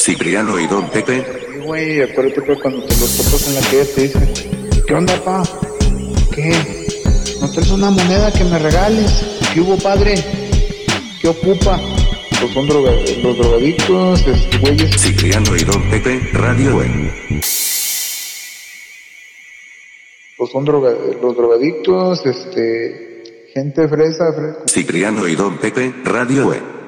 Cipriano y Don Pepe, Sí, güey, acuérdate que cuando te los topas en la calle te dicen, ¿qué onda, pa? ¿Qué? ¿No traes una moneda que me regales? ¿Qué hubo, padre? ¿Qué ocupa? Pues son droga- los drogadictos, este, güeyes. Cipriano y Don Pepe, Radio Web. Pues son droga- los drogadictos, este, gente fresa, fre- Cipriano y Don Pepe, Radio Web.